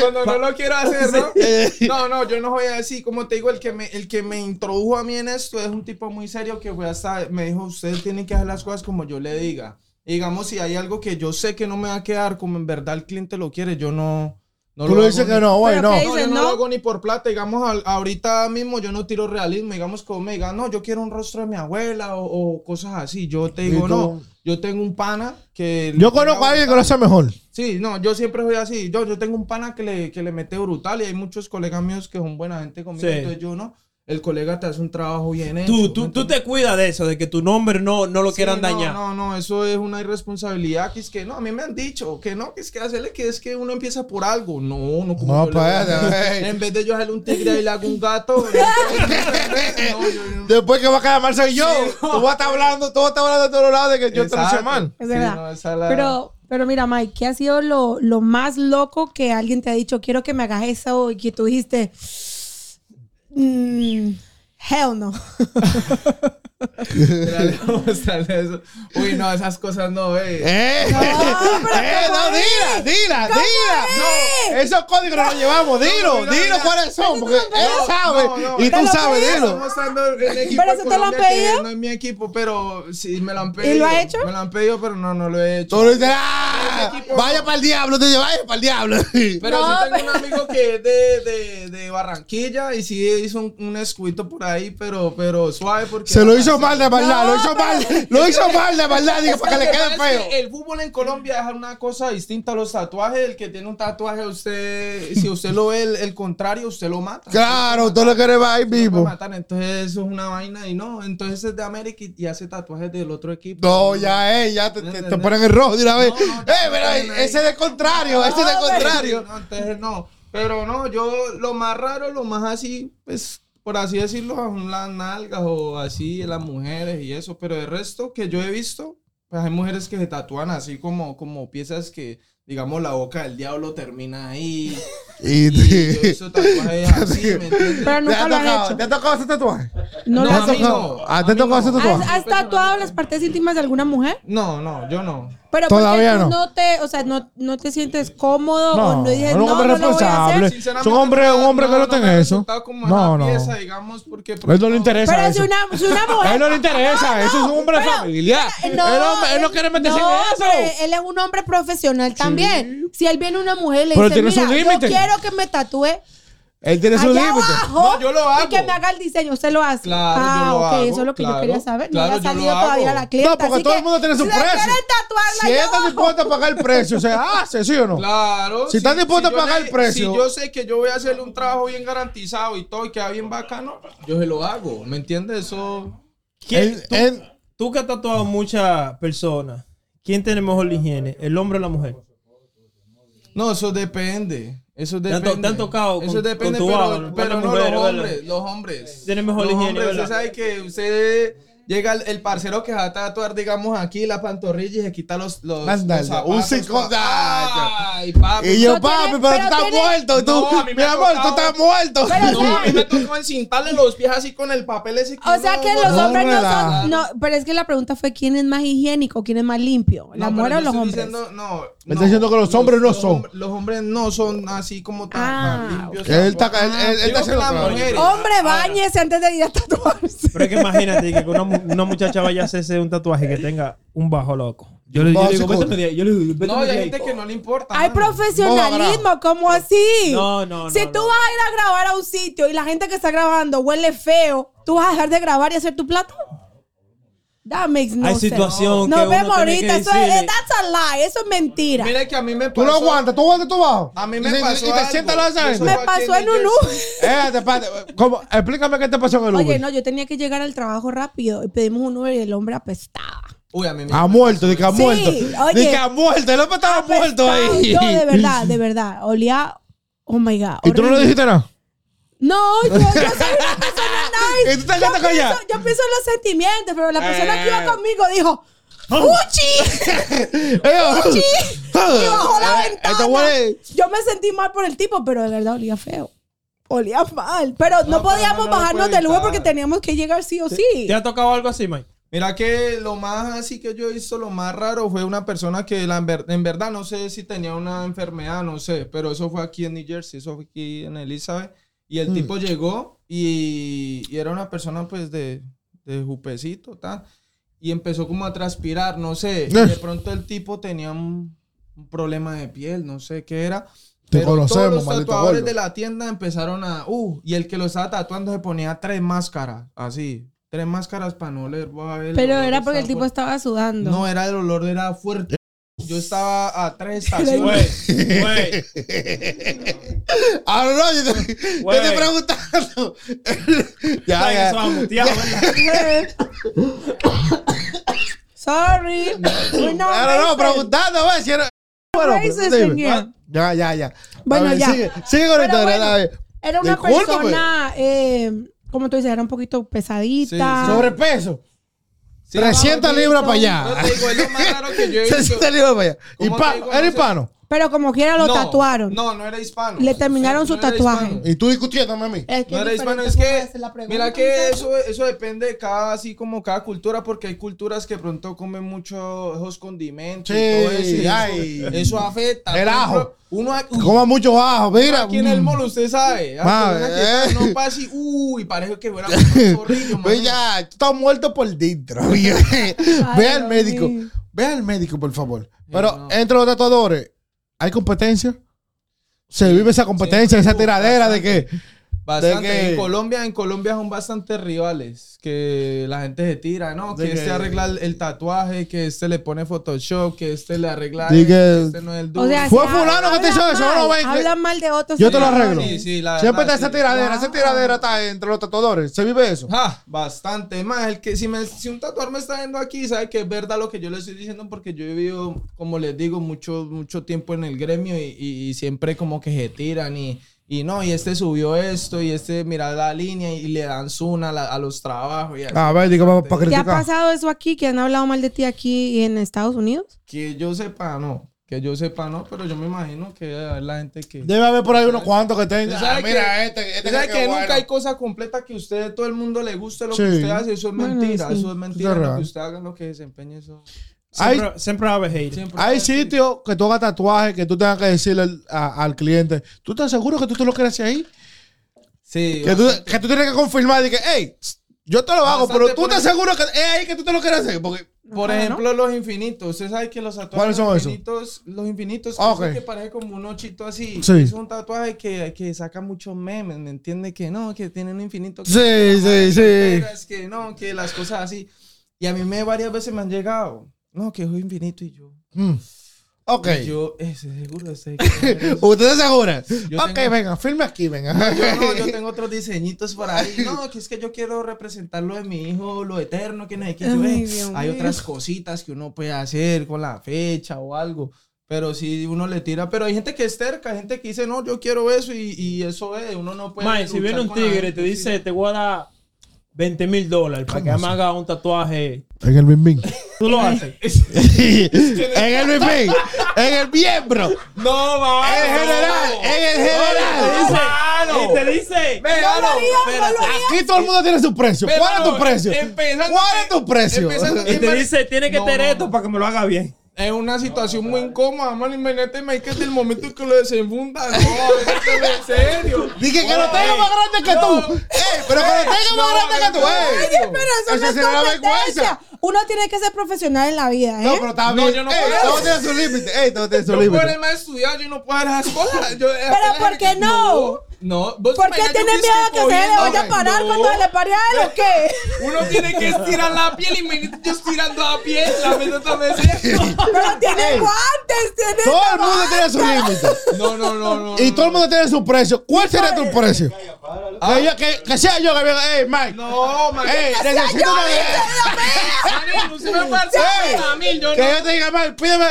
Cuando no lo quiero hacer, ¿no?
Eh.
No, no, yo no voy a decir, como te digo, el que me, el que me introdujo a mí en esto es un tipo muy serio que fue hasta, me dijo, ustedes tienen que hacer las cosas como yo le diga. Y digamos, si hay algo que yo sé que no me va a quedar, como en verdad el cliente lo quiere, yo no... no
Tú
lo
le
hago
dices
ni-
que no, güey,
Pero
no.
que-
No,
Dices,
yo no,
¿no?
lo hago ni por plata, digamos, al- ahorita mismo yo no tiro realismo, digamos, como me digan, no, yo quiero un rostro de mi abuela o, o cosas así, yo te digo,
Y
no,
como-
yo tengo un pana que...
Yo conozco a alguien que lo hace mejor.
Sí, no, yo siempre soy así. Yo, yo tengo un pana que le, que le mete brutal y hay muchos colegas míos que son buena gente conmigo.
Sí.
Entonces yo no. El colega te hace un trabajo bien hecho.
Tú,
¿me
tú, tú
entiendes?
te cuidas de eso, de que tu nombre no, no lo
Sí,
quieran
no,
dañar.
No, no, eso es una irresponsabilidad. Que es que no, a mí me han dicho que no, que es que hacerle que es que uno empieza por algo. No, no, como
No,
pues,
yo le voy a
espérate,
hacer.
ey.
En vez de yo hacerle un tigre y le hago un gato. no, yo- yo-
Después que va a quedar mal soy yo. Tú vas a estar hablando, tú vas a estar hablando de todos lados de que yo te lo hice
Exacto.
mal.
Es
Sí,
verdad.
no, esa la-
Pero, pero mira, Mike, ¿qué ha sido lo, lo más loco que alguien te ha dicho? Quiero que me hagas eso y que tú dijiste. "Mm, hell no.
Era de mostrarle eso. Uy, no, esas cosas no, ve.
¡Eh!
Ah,
¡Eh! ¡No, dila! ¡Dila! ¡Dila! No, esos códigos no los llevamos. Dilo,
mira,
dilo
mira.
cuáles son. Porque él
No,
sabe.
no, pues. no,
Y
te
tú
lo
sabes,
pedí.
dilo.
Estamos usando el equipo
¿Pero
de
eso te lo han
Colombia que
pedido?
No es mi equipo, pero sí me lo han pedido.
lo ha hecho?
Me lo han pedido, pero no, no lo he hecho.
Tú le dices, ¡ah!
Ese equipo-
Vaya para el diablo, te vaya para el diablo.
Pero
No,
sí tengo un amigo que es de, de, de Barranquilla y sí hizo un, un escuito por ahí, pero, pero suave porque...
Se lo hizo mal de
No,
verdad, lo hizo mal, lo hizo mal de verdad, digo, para que le quede feo.
el fútbol en Colombia es una cosa distinta a los tatuajes. El que tiene un tatuaje, usted, si usted lo ve el, el contrario, usted lo mata.
Claro, tú lo quieres ver ahí
Lo puede
mismo.
matar. Entonces eso es una vaina y no. Entonces es de América y, y hace tatuajes del otro equipo.
No, ya es, ya te, te- te ponen el rojo de una vez.
No, no,
eh, pero
no, no,
ese es de contrario, ese es de contrario.
No, entonces no. Pero no, yo lo más raro, lo más así, pues, por así decirlo, son las nalgas o así, las mujeres y eso. Pero el resto que yo he visto, pues hay mujeres que se tatúan así como, como piezas que, digamos, la boca del diablo termina ahí.
Y
Y yo he visto tatuajes así, ¿me entiendes?
Pero
¿Te
nunca
ha
lo han
tocado,
hecho.
te ha tocado ese tatuaje?
No,
No,
lo
¿Te ha
han
a mí
hecho.
tocado?
no,
Ah,
a
¿Te
mí
tocó
no.
ese tatuaje?
¿Has, has tatuado las partes íntimas de alguna mujer?
No, no, yo no.
Pero porque
Todavía
tú
no.
te, o sea, no, no te sientes cómodo o
No,
no dices,
era
no,
un
no,
hombre
lo voy a hacer.
responsable.
Sinceramente,
Son hombres- un hombre que no tenga
me ha
eso.
resultado como
No,
esa
no.
pieza, digamos, porque...
A él no le interesa
Pero si
eso.
una, si una mujer.
A él no le interesa, eso es un hombre
pero- eh,
familiar. Él
No,
no- él no quiere meterse
no,
en eso.
hombre, él es un hombre profesional también. Si él viene una mujer y le
Pero
dice,
tiene su
mira, yo
límite".
quiero que me tatúe
Él tiene su
allá
límite.
abajo
No, yo lo
y
hago.
que me haga el diseño. Usted lo hace.
Claro,
ah,
yo lo
ok,
hago,
eso es lo que yo
claro.
quería saber. no
Claro, yo
le ha salido
lo hago.
todavía la clienta.
No, porque
así
todo
que
el mundo tiene su
si
precio.
le quieren tatuarla
Si
allá
están
abajo.
dispuestos a pagar el precio, se hace, ¿sí o no?
Claro.
Si estás dispuesto a
yo
pagar el
le-
precio.
Si yo sé que yo voy a hacerle un trabajo bien garantizado y todo y queda bien bacano, yo se lo hago. ¿Me entiendes? Eso.
¿Quién-
Él-
tú,
él-
tú que has tatuado muchas personas, ¿quién tiene mejor la higiene? ¿El hombre o la mujer?
No, eso depende. Eso
han to-
depende.
te han tocado
Eso
con-
depende,
con tu
pero,
barba,
pero
con
no
mujeres,
los
¿verdad?
hombres. Los hombres.
Tienen mejor
los
higiene,
hombres,
¿verdad?
Usted sabe que usted llega el, el parcero que va a tatuar, digamos, aquí la pantorrilla y se quita los. los,
Más
los
nalga, un
zapatos.
cinco-
Ay, papi.
Y yo,
No tiene-
papi, pero tú
pero
estás
tiene-
muerto. Tú,
No, a mí me
mi
ha
amor, tú
tocado-
estás muerto.
Pero
No, a mí me tocó encintarle los pies así con el papel ese
O sea que
uno-
los
No,
hombres no
relaja.
son. No, pero es que la pregunta fue: ¿quién es más higiénico? ¿Quién es más limpio? ¿La
No,
mujer
pero
o
yo
los
estoy
hombres?
diciendo- no,
Me está diciendo que los hombres no son.
hom- Los hombres no son así como tan,
Ah,
tan limpios.
Él está,
tampoco.
él, él- él
Digo
está
que
haciendo
las
trabajo.
mujeres.
Hombre, bañese antes de ir a tatuarse.
Pero es que imagínate que una, mu- una muchacha vaya a hacerse un tatuaje que tenga un bajo loco. Yo le, yo le digo,
Básico.
vete a medir, yo le digo, vete a
No, y
medir
hay
ahí.
gente que no le importa.
Hay
mano.
profesionalismo, ¿cómo así?
No, no,
Si
no,
tú
no.
vas a ir a grabar a un sitio y la gente que está grabando huele feo, ¿tú vas a dejar de grabar y hacer tu plato? That makes no
Hay
sense.
situación que
Nos
uno
vemos
tiene que
ahorita. Eso es, eh,
decirle.
that's a lie. Eso es mentira.
Mira que a mí me pasó.
Tú lo aguantas, tú aguantas tu bajo.
A mí
Y
me
te-
pasó.
Y te
algo.
sientas la
Eso
sangre.
Me
fue aquí
pasó en
New
un
Jersey.
Uber.
Espérate, espérate. ¿Cómo? Explícame qué te pasó en el Uber.
Oye, no, yo tenía que llegar al trabajo rápido y pedimos un Uber y el hombre apestaba.
Uy, a mí me
Ha muerto, de que ha
Sí,
muerto.
oye.
De que ha muerto. El hombre estaba muerto ahí.
No, de verdad, de verdad. Olía, oh my God.
Y tú no le
horrible.
dijiste nada.
No, yo, yo soy una persona nice.
¿Y tú te quedaste
yo,
con ella?
pienso, yo pienso en los sentimientos, pero la persona que iba conmigo dijo, ¡Uchi!
¡Uchi!
y bajó la ventana.
Eh, Esto huele.
Yo me sentí mal por el tipo, pero de verdad olía feo. Olía mal. Pero no,
No, pero
podíamos
no, no lo
bajarnos
puede
del Uber
evitar.
porque teníamos que llegar sí o sí.
¿Te ha tocado algo así, Mike?
Mira que lo más así que yo hizo, lo más raro fue una persona que la, en, ver- en verdad no sé si tenía una enfermedad, no sé, pero eso fue aquí en New Jersey, eso fue aquí en Elizabeth. Y el
Mm.
tipo llegó y, y era una persona pues de, de jupecito, tal. Y empezó como a transpirar, no sé. y de
Eh.
pronto el tipo tenía un, un problema de piel, no sé qué era.
Te
Pero todos
conocemos,
los
maldito
tatuadores
gordo.
de la tienda empezaron a. Uh, y el que lo estaba tatuando se ponía tres máscaras, así. Tres máscaras para no oler. buah, el
Pero
olor
era porque el
está
tipo
fuerte.
estaba sudando.
pues. No, era el olor, era fuerte. Yo estaba a tres
Güey,
estaciones.
güey.
Ahora Ah, no, yo te, yo
Güey.
te preguntando.
Ay,
ya,
eso va
ya.
muteado, ¿verdad?
Sorry. We're not
Ahora no,
racist.
preguntando, güey. Si era, bueno,
racist
dime.
in here.
Ya, ya, ya.
Bueno,
A ver,
ya.
Sigue, sigue con la
Pero
historia,
bueno,
dale.
Era una
Discúlpame.
persona, eh, como tú dices, era un poquito pesadita.
Sí, sí.
Sobrepeso.
Sí,
300
papito,
libras para
Yo te
allá.
digo, es lo más raro que yo he visto.
300 libras para allá.
¿Cómo te
Hipa-
digo?
¿Era
No sé.
hispano?
Pero como quiera lo tatuaron.
No, no era hispano.
Le terminaron su
era
tatuaje.
hispano.
Y tú discutiendo, mami.
Es que
No era
es
hispano,
diferente
es
forma de
que,
hacer la pregunta,
mira que
muchacho.
eso, eso depende de cada, así como cada cultura, porque hay culturas que pronto comen mucho esos condimentos y todo eso, y
Sí,
eso,
ay.
eso afecta.
El
Por ejemplo,
ajo.
Uno, a- uy,
Coma mucho ajo, mira. Mm.
aquí en el molo, usted sabe.
Ma,
Ah, que
eh.
No pasa y, uy, parece que fuera un zorrillo,
Ve
mano.
ya, tú estás muerto por dentro. Ve
Ay,
al
Dios
médico.
mío.
Ve al médico, por favor. Pero
no.
entre los tatuadores, ¿hay competencia? ¿Se vive esa competencia,
sí,
esa
hubo
tiradera de
bastante.
que
Bastante.
que-
En Colombia, en Colombia son bastantes rivales que la gente se tira, ¿no?
De
Que este
que-
arregla el, el tatuaje, que este le pone Photoshop, que este le arregla
De
esto,
que-
este no es el
O
duro.
sea,
Fue
si
fulano que te hizo
hablan
eso,
mal,
no lo ven, que-
Hablan mal de otros.
yo te lo
señores.
arreglo?
Sí, sí, la
siempre está
verdad,
esa
sí.
tiradera? Esa
Wow.
tiradera está entre los tatuadores. ¿Se vive eso?
Ja, bastante más. El que si, me, si un tatuador me está viendo aquí, sabe que es verdad lo que yo le estoy diciendo porque yo he vivido, como les digo, mucho, mucho tiempo en el gremio y, y- y siempre como que se tiran y, y no, y este subió esto y este mira la línea y le dan zuna a, la- a los trabajos. Y
Ah.
así.
A ver, dígame para
¿Te ha
criticar.
pasado eso aquí? ¿Que han hablado mal de ti aquí en Estados Unidos?
Que yo sepa, no. Que yo sepa, no, pero yo me imagino que debe haber la gente que...
Debe haber por ahí unos cuantos que tengan.
Usted sabe
Ah, mira,
que-
este,
Usted
este
sabe
que
que
bueno.
nunca hay cosa completa que usted, todo el mundo le guste lo
Sí.
que usted hace. Eso es
Bueno,
mentira,
sí.
eso es mentira.
Eso es
lo
real.
que usted haga, lo que desempeñe, eso...
Hay-
Siempre, siempre va a haber hate.
siempre va a
Hay
ser-
sitios que tú hagas tatuajes que tú tengas que decirle al, a- al cliente, ¿tú estás seguro que tú te lo crees ahí?
Sí.
Que tú, que tú tienes que confirmar y que, hey, yo te lo hago,
Bastante
pero tú
por
estás
ahí.
seguro que es ahí que tú te lo quieres hacer. Porque
Por
Ajá,
ejemplo, los infinitos. Usted sabe que los
¿Cuáles
tatuajes
son esos?
infinitos, los infinitos,
Ah, ok.
que parece como un ochito así.
Sí.
Es un tatuaje que, que saca muchos memes, ¿me entiende? Que no, que tienen infinito. que-
Sí, sí, sí.
Fronteras, que no, que las cosas así. Y a mí me varias veces me han llegado. No, que es infinito y yo.
mm, Ok.
Y yo, ese seguro, ese.
¿Usted está segura?
Yo
Ok,
tengo-
venga, firme aquí, venga.
Yo no, yo tengo otros diseñitos por ahí. No, que es que yo quiero representar lo de mi hijo, lo eterno, que no sé qué. Yo,
Ay,
eh,
Dios
hay
mío.
otras cositas que uno puede hacer con la fecha o algo. Pero si uno le tira, pero hay gente que es terca, hay gente que dice, no, yo quiero eso y, y eso es, uno no puede.
Mae, si
luchar
viene un
con la
tigre y
gente,
te dice, te voy a dar 20 mil dólares para que me haga un tatuaje,
En el bim bim.
tú lo haces.
en el bim bim. En el miembro.
No,
En
va.
el general. En el general.
Eh, Y te dice,
Aquí todo el mundo tiene su precio. ¿Cuál es tu precio?
Empezando
¿Cuál es tu precio?
empezando
y te dice, tiene que
No,
tener
no,
esto
no.
para que me lo haga bien.
Es una situación muy incómoda, man. Imagínate, me que el momento que lo desenfunda. No, esto es en serio.
Dije que lo tenga más grande que tú. Eh, pero que lo tenga
no,
más grande que tú.
no,
eh.
no, no,
Pero eso no
Esa
es
será la
competencia.
vergüenza.
Uno tiene que ser profesional en la vida, ¿eh?
No, pero está
No,
bien.
yo no
Ey,
puedo.
todo tiene su límite. Ey, todo tiene su
Yo puedo
límite.
ponerme a estudiar, yo no puedo hacer esas cosas. Yo-
¿por qué no?
No, no, vos
¿Por qué
imagínate
tiene
un
miedo que
disco
se le vaya a
cogiendo-
parar
No.
cuando le pare a él o qué?
Uno tiene que estirar la piel y me yo estirando la piel, la verdad también es-
Pero tiene
Ey.
guantes, tiene.
Todo el mundo tiene su límite.
No, no, no, no.
Y
no.
todo el mundo tiene su precio. ¿Cuál sería tu precio? Que, yo- que, que sea yo que venga. Ey, Mike.
Ah. No, man.
Ey, necesito una
Mariano, usted me va a hacer
Ey,
a mí, yo
que
no.
yo te diga, Mike, pídeme.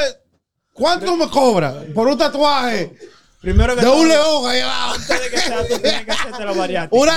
¿Cuánto tú me cobras por un tatuaje
Primero que
de
todo,
un león ahí abajo?
antes de que sea, tú tienes que hacerte la variante.
Una,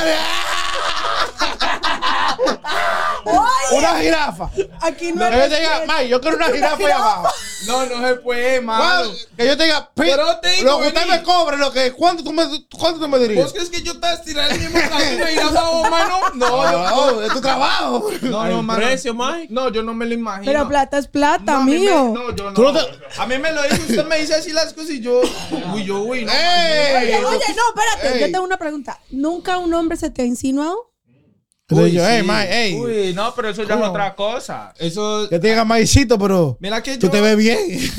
Oye,
una jirafa. Que
aquí no
yo te diga,
respeto.
Mike, yo quiero una jirafa ahí abajo.
No, no se puede, mano.
Bueno, que yo te diga, pi-
Pero te digo,
lo que usted
vení.
me cobre, lo que, ¿cuánto tú me, cuánto tú me
¿Vos
dirías?
crees que yo te voy a estirar el mismo camino y ir a la mano? No, yo-
No, no, Oh, es tu trabajo.
no, no,
El
mano.
precio, Mike.
No, yo no me lo imagino.
Pero plata es
No,
plata,
a mí me-
amigo.
no, yo no.
Tú no te-
A mí me lo dice, usted me dice así las cosas y yo. Uy, yo, uy, no.
¡Ey!
Oye, oye, no, espérate,
Ey.
yo tengo una pregunta. ¿Nunca un hombre se te ha insinuado?
Entonces
Uy,
yo, ey,
sí.
Mike, ey.
Uy, no, pero eso ya es otra cosa. Eso.
Que te diga, Maicito, pero
Mira que
tú
yo.
te ves bien.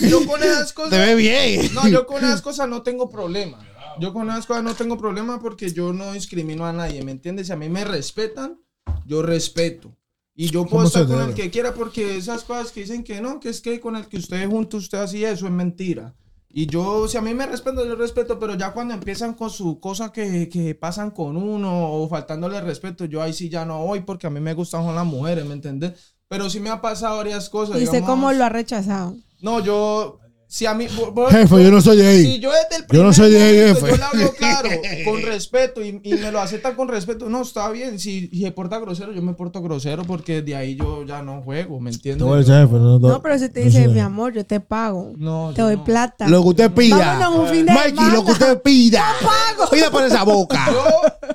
Yo con esas cosas.
Te ves bien.
No, yo con esas cosas no tengo problema. Yo con esas cosas no tengo problema porque yo no discrimino a nadie, ¿me entiendes? Si a mí me respetan, yo respeto. Y yo
¿Cómo
puedo estar
se
con
debe?
el que quiera porque esas cosas que dicen que no, que es que con el que ustedes juntos usted así, eso es mentira. Y yo, si a mí me respetan, yo respeto, pero ya cuando empiezan con su cosa que, que pasan con uno o faltándole respeto, yo ahí sí ya no voy porque a mí me gustan son las mujeres, ¿me entiendes? Pero sí me ha pasado varias cosas.
Y sé
digamos.
cómo lo ha rechazado.
No, yo si a mí. bo- bo-
Jefe, yo no soy gay.
Si yo desde el
Yo no
primer
soy gay,
momento
jefe.
Yo le hablo claro, con respeto y, y me lo aceptan con respeto. No, está bien. Si se porta grosero, yo me porto grosero porque de ahí yo ya no juego, ¿me entiendes?
Te voy a decir, jefe, no,
No, pero si te dice, mi amor, yo te pago.
No,
te
yo
doy
no.
plata.
Lo que usted pida.
Vámonos un fin de
Mikey, lo
semana.
que usted pida. Pida por esa boca.
Yo,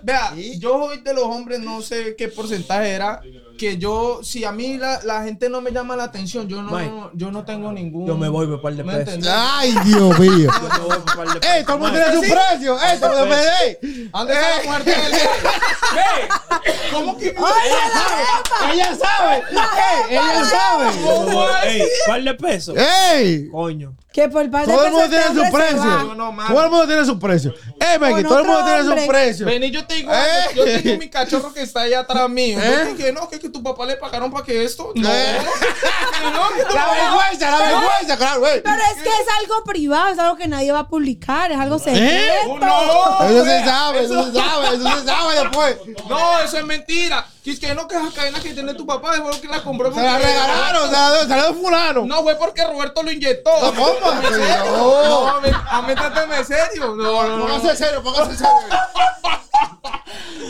vea, yo hoy de los hombres no sé qué porcentaje era. Que yo, si a mí la, la gente no me llama la atención, yo
Mike.
no, yo no tengo ningún.
Yo me voy por par de
¿me
pesos.
entendés?
Ay, Dios mío.
Yo voy por par de
¡Ey, todo el mundo tiene su precio! ¡Ey, todo el mundo tiene-
Ande está la muerte del ¿Cómo
Ah,
que
¡Ella sabe! ¡Ey, ella sabe!
Ey, par de
Eh.
pesos.
¡Ey!
Coño.
Que por parte
Todo el mundo tiene
de
su precio.
Yo no, mano.
Todo el mundo tiene su precio. ¡Ey, Mikey,
Con
todo el mundo
otro
tiene su
hombre.
precio!
Vení, yo te digo,
Eh.
algo, yo tengo mi cachorro que está allá atrás mío.
Eh.
Yo te dije, no, que, que tu papá le pagaron para que esto. No.
Eh.
Que no, que tu
¡La
papá-
vergüenza, la vergüenza, claro, güey!
Pero es que es algo privado, es algo que nadie va a publicar, es
¿Eh?
algo secreto.
No,
Eso se
vea,
sabe, eso se sabe, eso se sabe después.
No, eso es mentira. Que es que no, que esa cadena que tiene tu papá es bueno que la compró.
Se la
porque-
regalaron, se la dio, se la dio fulano.
No, fue porque Roberto lo inyectó.
No, compa,
¿En serio?
no.
No, me- améntateme en serio. No, no, no.
Póngase serio, póngase serio.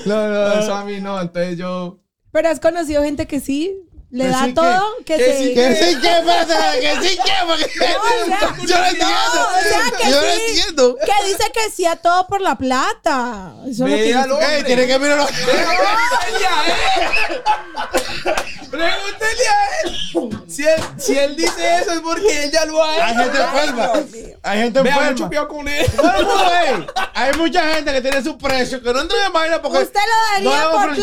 No, no, eso a mí no. Entonces yo...
Pero has conocido gente que sí, le
Que
da
sí,
todo, que,
que
se-
sí,
Que sí, que espérate, que sí, que porque-
No, o sea,
Yo no entiendo.
no, o sea, que
Yo no
sí.
entiendo.
que dice que sí a todo por la plata. Eso es lo que
Vea,
dice.
loco.
Ey, tiene que mirar los.
Pregúntele a él. Pregúntele a él. Si él, si él dice eso es porque ella lo ha
Hay
hecho.
gente enferma. Hay gente
Vea, me
enferma.
chupió con él.
Todo el mundo, ey, Hay mucha gente que tiene su precio, que no entra de vaina porque.
¿Usted lo daría
Pues, No,
por
pero-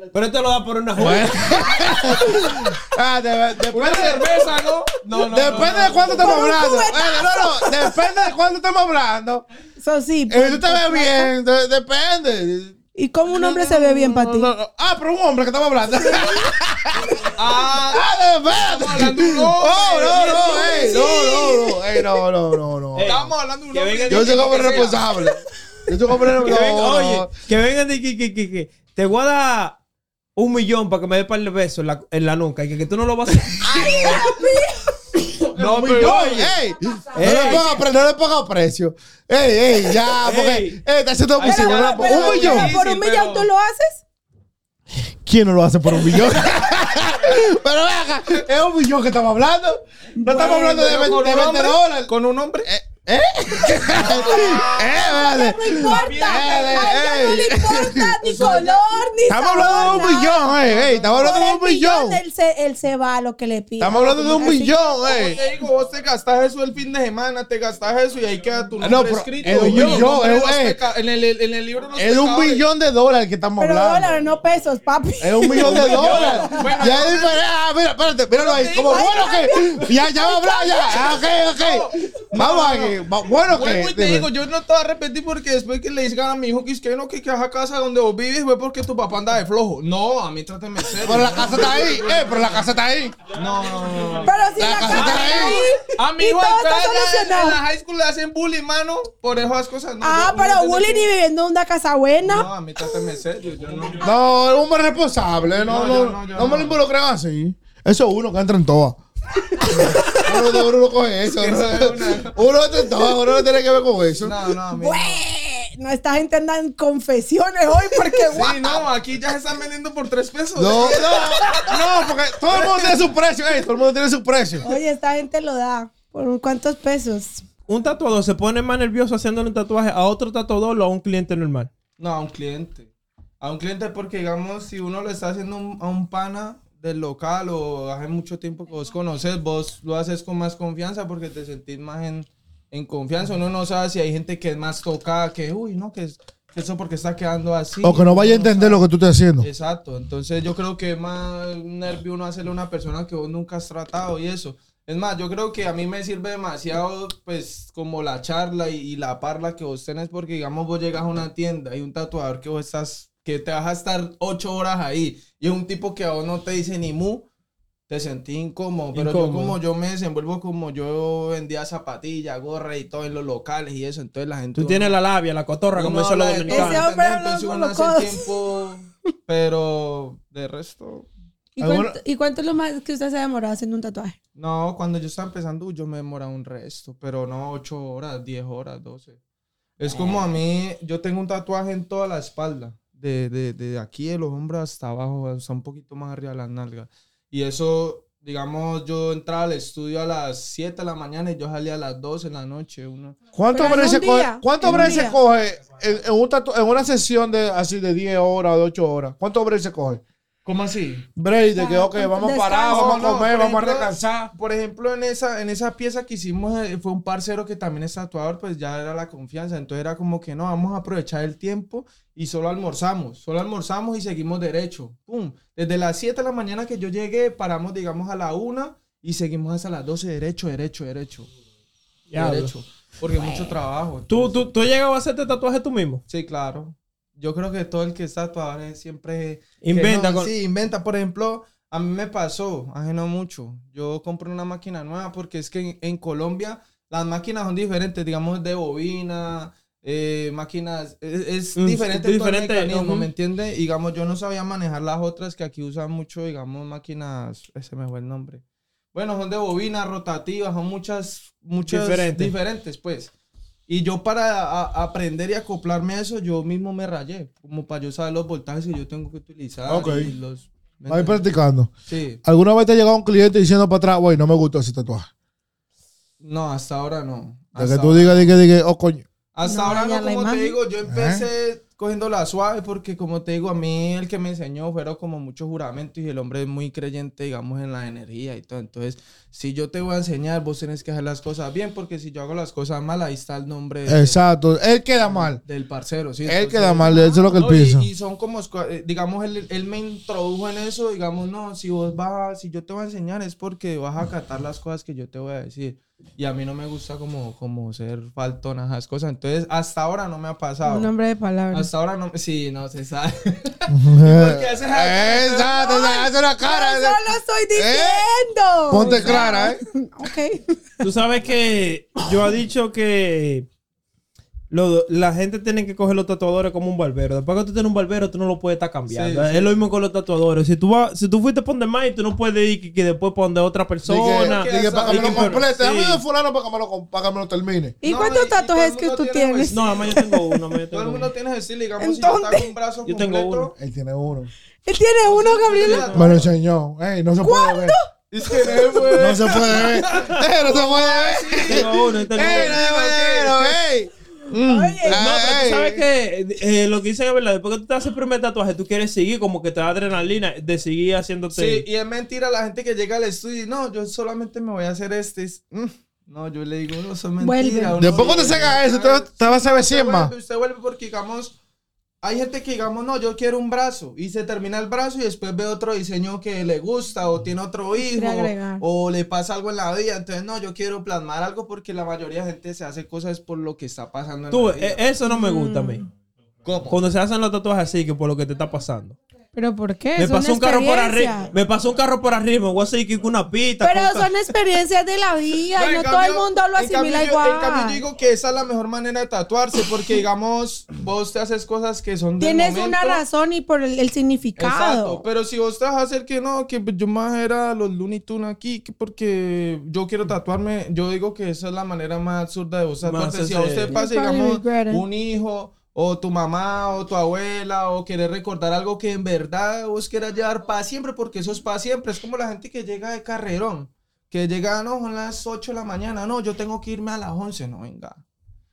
plata?
Pero te lo da por una
Bueno.
jugada.
Ah, de- de- después
Una
de-
cerveza, ¿no? No, no.
Depende de cuánto estamos
Por un
hablando.
cubetazo.
Eh, no, no, depende de cuánto estamos hablando.
Eso sí. pues,
Eh, tú te
por
ves
plata.
bien, de- depende.
¿Y cómo un hombre se ve bien para ti?
No, no. Ah, pero un hombre que estamos hablando.
Ah,
ah, espérate.
hablando de un hombre.
Oh, no, no, ey,
Sí.
no, no, no, ey, no, no, no, no.
Ey,
estábamos hablando de un
que
hombre.
venga
Yo soy como
que sea.
responsable. Yo soy como
Que
responsable.
venga,
No,
oye,
no.
que vengan de que, que, que, que te voy a dar un millón para que me dé par de besos en la, en la nuca y que, que tú no lo vas a hacer.
No,
Oye,
pero
ey,
Ey.
no le ponga pre- no le ponga precio. Ey, ey, ya, porque
Ey.
ey, está haciendo
Ay,
abusivo.
pero-
no le ponga-
Pero,
pues, Un
pero
millón.
¿Por un
Sí,
millón
pero-
tú lo haces?
¿Quién no lo hace por un millón? pero ven acá, es un millón que estamos hablando. No estamos hablando de,
pero
20
con
de
un
20
hombre,
dólares.
Con un hombre.
¿Eh? eh, vale.
No importa.
Eh,
A ella no le
eh.
importa ni color, ni
Estamos
sabor,
hablando de un
nada.
millón, ey, ey, estamos
Por
hablando de un
el
millón.
Él se, él se va a lo que le pide.
Estamos hablando de un millón,
Como
ey.
te digo, vos te gastas eso el fin de semana, te gastas eso y ahí queda tu
No,
nombre
pero
escrito.
es un
Yo,
millón,
nombre de
es-
los
eh.
peca- en, el, en el libro de los
Es de un
pecadores.
millón de dólares que estamos
Pero
hablando.
dólares, no pesos, papi.
Es un millón de dólares.
Bueno,
ya es diferente. Ah, mira, espérate, míralo ahí. Como
digo,
bueno que. Ya, ya va a hablar, ya. Ah, ok, ok. Vamos aquí. Va- Bueno
Vuelvo
que.
pues,
y te digo, yo no te voy a repetir porque después que le digan a mi hijo que es que no, que, que a esa casa donde vos vives fue porque tu papá anda de flojo. No, a mí tráteme en serio.
Pero la casa está ahí. Eh, pero la casa está ahí.
No, no, no, no.
Pero si
La
la,
casa
casa
está
está
ahí.
ahí.
A mi
y
hijo
todo
acá
está
ya en, en
solucionado.
la high school le hacen bullying, mano, por esas cosas. No,
Ah,
yo-
pero
yo-
Willy ni viviendo en una casa
No,
buena.
a mí tráteme en serio. Yo no.
No, es un hombre responsable. No,
No,
no,
yo
no,
no, yo
me lo
no.
involucran así. Eso es uno que entra en todas. uno, uno, uno coge eso. Uno,
Eso es una-
uno entra en todas. Uno no tiene que ver con eso.
No, no, a mí.
Güey, No, esta gente anda en confesiones hoy porque guau.
Sí, no, aquí ya se están vendiendo por tres pesos.
No, no, no, porque todo el mundo tiene su precio. Ey, todo el mundo tiene su precio.
Oye, esta gente lo da. ¿Por cuántos pesos?
un tatuador se pone más nervioso haciéndole un tatuaje a otro tatuador o a un cliente normal.
No, a un cliente. A un cliente porque, digamos, si uno le está haciendo un- a un pana del local o hace mucho tiempo que vos conoces, vos lo haces con más confianza porque te sentís más en, en confianza. Uno no sabe si hay gente que es más tocada, que, uy, no, que, es- que eso porque está quedando así.
O que no vaya a entender lo que tú estás haciendo.
Exacto, entonces yo creo que es más nervio uno hacerle a una persona que vos nunca has tratado y eso. Es más, yo creo que a mí me sirve demasiado, pues, como la charla y, y la parla que vos tenés, porque digamos, vos llegas a una tienda y un tatuador que vos estás, que te vas a estar ocho horas ahí y es un tipo que a vos no te dice ni mu, te sentí incómodo, pero yo
Incómodo.
como yo me desenvuelvo, como yo vendía zapatillas, gorra y todo en los locales y eso, entonces la gente.
Tú tienes
uno-
la labia, la cotorra, como
uno
dicen los
habla de todo,
Ese
dominicanos.
hombre
¿entendés?
habla
Entonces
con
uno
los
hace el
codos.
tiempo, pero de resto.
¿Y,
Alguno-
cuánto, y cuánto es lo más que usted se ha demorado haciendo un tatuaje?
No, cuando yo estaba empezando, yo me demoraba un resto, pero no 8 horas, 10 horas, 12. Es como a mí, yo tengo un tatuaje en toda la espalda, de, de, de aquí de los hombros hasta abajo, hasta un poquito más arriba de las nalgas. Y eso, digamos, yo entraba al estudio a las 7 de la mañana y yo salía a las 12 de la noche. Una...
¿Cuánto
Pero en
hombre
un
se coge,
día, en
cuánto
un
hombre se
día.
coge en, en un tatu- en una sesión de así de 10 horas o de 8 horas? ¿Cuánto hombre se coge?
¿Cómo así?
Break, de que,
Ah,
ok, vamos a
descanso.
parar,
No,
vamos a
no,
comer,
por
vamos a
ejemplo,
descansar.
Por ejemplo, en esa, en esa pieza que hicimos eh, fue un parcero que también es tatuador, pues ya era la confianza. Entonces era como que no, vamos a aprovechar el tiempo y solo almorzamos. Solo almorzamos y seguimos derecho. Pum. Desde las 7 de la mañana que yo llegué, paramos, digamos, a la 1 y seguimos hasta las 12 derecho, derecho, derecho. derecho. Porque mucho trabajo.
¿Tú,
entonces-
tú, ¿Tú has llegado a hacerte tatuaje tú mismo?
Sí, claro. Yo creo que todo el que es tatuador es siempre... que
Inventa con-
Sí, inventa. Por ejemplo, a mí me pasó, hace no mucho. Yo compré una máquina nueva porque es que en, en Colombia las máquinas son diferentes, digamos, de bobina, eh, máquinas... Es, es
Mm,
diferente, todo el
diferente,
mecanismo,
ujú.
¿me entiendes? Digamos, yo no sabía manejar las otras que aquí usan mucho, digamos, máquinas... Ese me fue el nombre. Bueno, son de bobina, rotativas, son muchas, muchas
Diferente.
diferentes, pues. Y yo para a- aprender y acoplarme a eso, yo mismo me rayé, como para yo saber los voltajes que yo tengo que utilizar.
Ok.
Y los, ¿me
Ahí
entiendes?
practicando.
sí.
¿Alguna vez te ha llegado un cliente diciendo para atrás, güey, no me gustó ese tatuaje?
No, hasta ahora no.
De
Hasta
que tú digas, digas, digas, oh, coño.
Hasta
No
ahora no,
dañar la
como te
imagen.
digo, yo empecé cogiendo la suave porque como te digo, a mí el que me enseñó fueron como muchos juramentos y el hombre es muy creyente, digamos, en la energía y todo. Entonces, si yo te voy a enseñar, vos tenés que hacer las cosas bien porque si yo hago las cosas mal, ahí está el nombre de-
Exacto, él queda mal.
del parcero. ¿sí?
Él
pues,
Entonces,
queda mal, eso es lo que él
No, y-
piensa.
Y, son como, escua- eh, digamos, él, él me introdujo en eso, digamos, no, si vos vas, a- si yo te voy a enseñar es porque vas a acatar las cosas que yo te voy a decir. Y a mí no me gusta como, como ser faltón a esas cosas. Entonces, hasta ahora no me ha pasado.
Un hombre de palabras.
Hasta ahora no, sí, no se sabe.
Exacto,
Porque haces algo-
hace una cara.
¡Yo
esa-
lo
¿eh?
estoy diciendo!
Ponte clara, ¿eh?
Ok.
Tú sabes que yo he dicho que lo- la gente tiene que coger los tatuadores como un barbero. Después que tú tienes un barbero, tú no lo puedes estar cambiando.
Sí,
es lo mismo con los tatuadores. Si tú, vas, si tú fuiste por donde más, tú no puedes ir que, que después por donde otra persona.
Dije, dije, para que me
Dije,
lo
pero-
complete. Dame
sí.
de fulano para que me lo, com- para que me lo termine.
¿Y
No,
cuántos
y- y todo el
tatuajes que
mundo
tú
tiene,
tienes?
pues,
No, además yo tengo uno. además yo
Todo el
tengo
mundo
uno.
tiene que decir, digamos, si yo
Entonces-
te hago un brazo
Yo tengo
completo,
uno.
Él tiene uno.
Él tiene uno, Gabriel.
Me lo enseñó. Ey, no se puede ver.
Es que no, güey.
No se puede ver. Ey, no se puede ver.
Tengo uno, yo tengo
Ey,
uno.
no se puede ver. Ey.
Oye,
No, pero tú
Ey.
sabes que eh, lo que dicen es verdad. Después que tú te haces el primer tatuaje, tú quieres seguir, como que te da adrenalina de seguir haciéndote.
Sí, y es mentira la gente que llega al estudio y no, yo solamente me voy a hacer este. es- mm". No, yo le digo, no, eso es mentira.
Vuelve.
uno "Ah,
Después cuando
vuelve,
se haga eso,
usted
te, te vas a ver
vuelve,
100 más.
Usted vuelve porque, digamos, hay gente que, digamos, no, yo quiero un brazo y se termina el brazo y después ve otro diseño que le gusta o tiene otro hijo
agregar.
o le pasa algo en la vida. Entonces, no, yo quiero plasmar algo porque la mayoría de gente se hace cosas por lo que está pasando en
Tú,
la
eh,
vida.
eso no me gusta a mí.
Mm. ¿Cómo?
Cuando se hacen los tatuajes así, que por lo que te está pasando.
¿Pero por qué?
Me
Son
pasó un carro por arriba.
experiencias.
Me pasó un carro por arriba. Me voy a seguir con una pita.
Pero
con-
son experiencias de la vida
No,
y no
en
todo el
cambio-
mundo lo
en cambio
asimila
yo-
igual.
En cambio, yo digo que esa es la mejor manera de tatuarse, porque digamos, vos te haces cosas que son de
Tienes una
momento.
razón y por el, el significado.
Exacto, pero si vos te vas a hacer que no, que pues, yo más era los Looney Tunes aquí, que porque yo quiero tatuarme, yo digo que esa es la manera más absurda de vos
Más
tatuarte. Si a
ese-
usted pasa,
You probably
digamos,
regret it.
un hijo, o tu mamá, o tu abuela, o querer recordar algo que en verdad vos quieras llevar para siempre, porque eso es para siempre. Es como la gente que llega de carrerón, que llega, no, son las 8 de la mañana, no, yo tengo que irme a las 11, no, venga.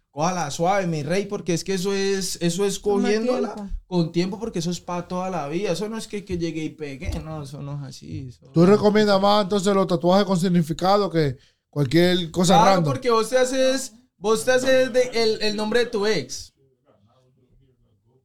Cójala suave, mi rey, porque es que eso es, eso es
Toma
cogiéndola
tiempo.
con tiempo, porque eso es para toda la vida. Eso no es que, que llegue y pegué, no, eso no es así. eso-
Tú recomiendas más entonces los tatuajes con significado que cualquier cosa
Claro,
random.
porque vos te haces, vos te haces de- el, el nombre de tu ex.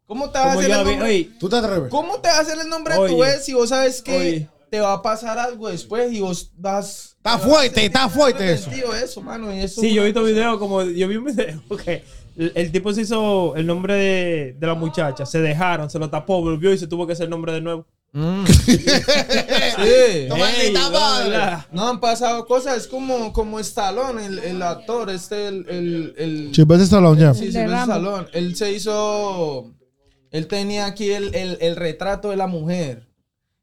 ¿Cómo te vas a
Como
hacer
yo
el
vi-
nombre?
oye,
¿Tú te atreves?
¿Cómo te vas a hacer el nombre de tu
Oye.
ex si vos sabes que
Oye.
te va a pasar algo después y vos vas
Está fuerte, está fuerte eso.
arrepentido de eso, mano? Y eso
Sí, yo he visto videos como. Yo vi un video que el, el tipo se hizo el nombre de, de la muchacha. Se dejaron, se lo tapó, volvió y se tuvo que hacer el nombre de nuevo.
Mm. Sí.
No, maldita
Ey,
madre.
hola.
No han pasado cosas, es como, como Stallone, el, el actor, este, el- el- el,
Chimpete Stallone, ya.
Sí,
El
sí,
de
en el
Rambo.
salón. Él se hizo. Él tenía aquí el, el- el retrato de la mujer.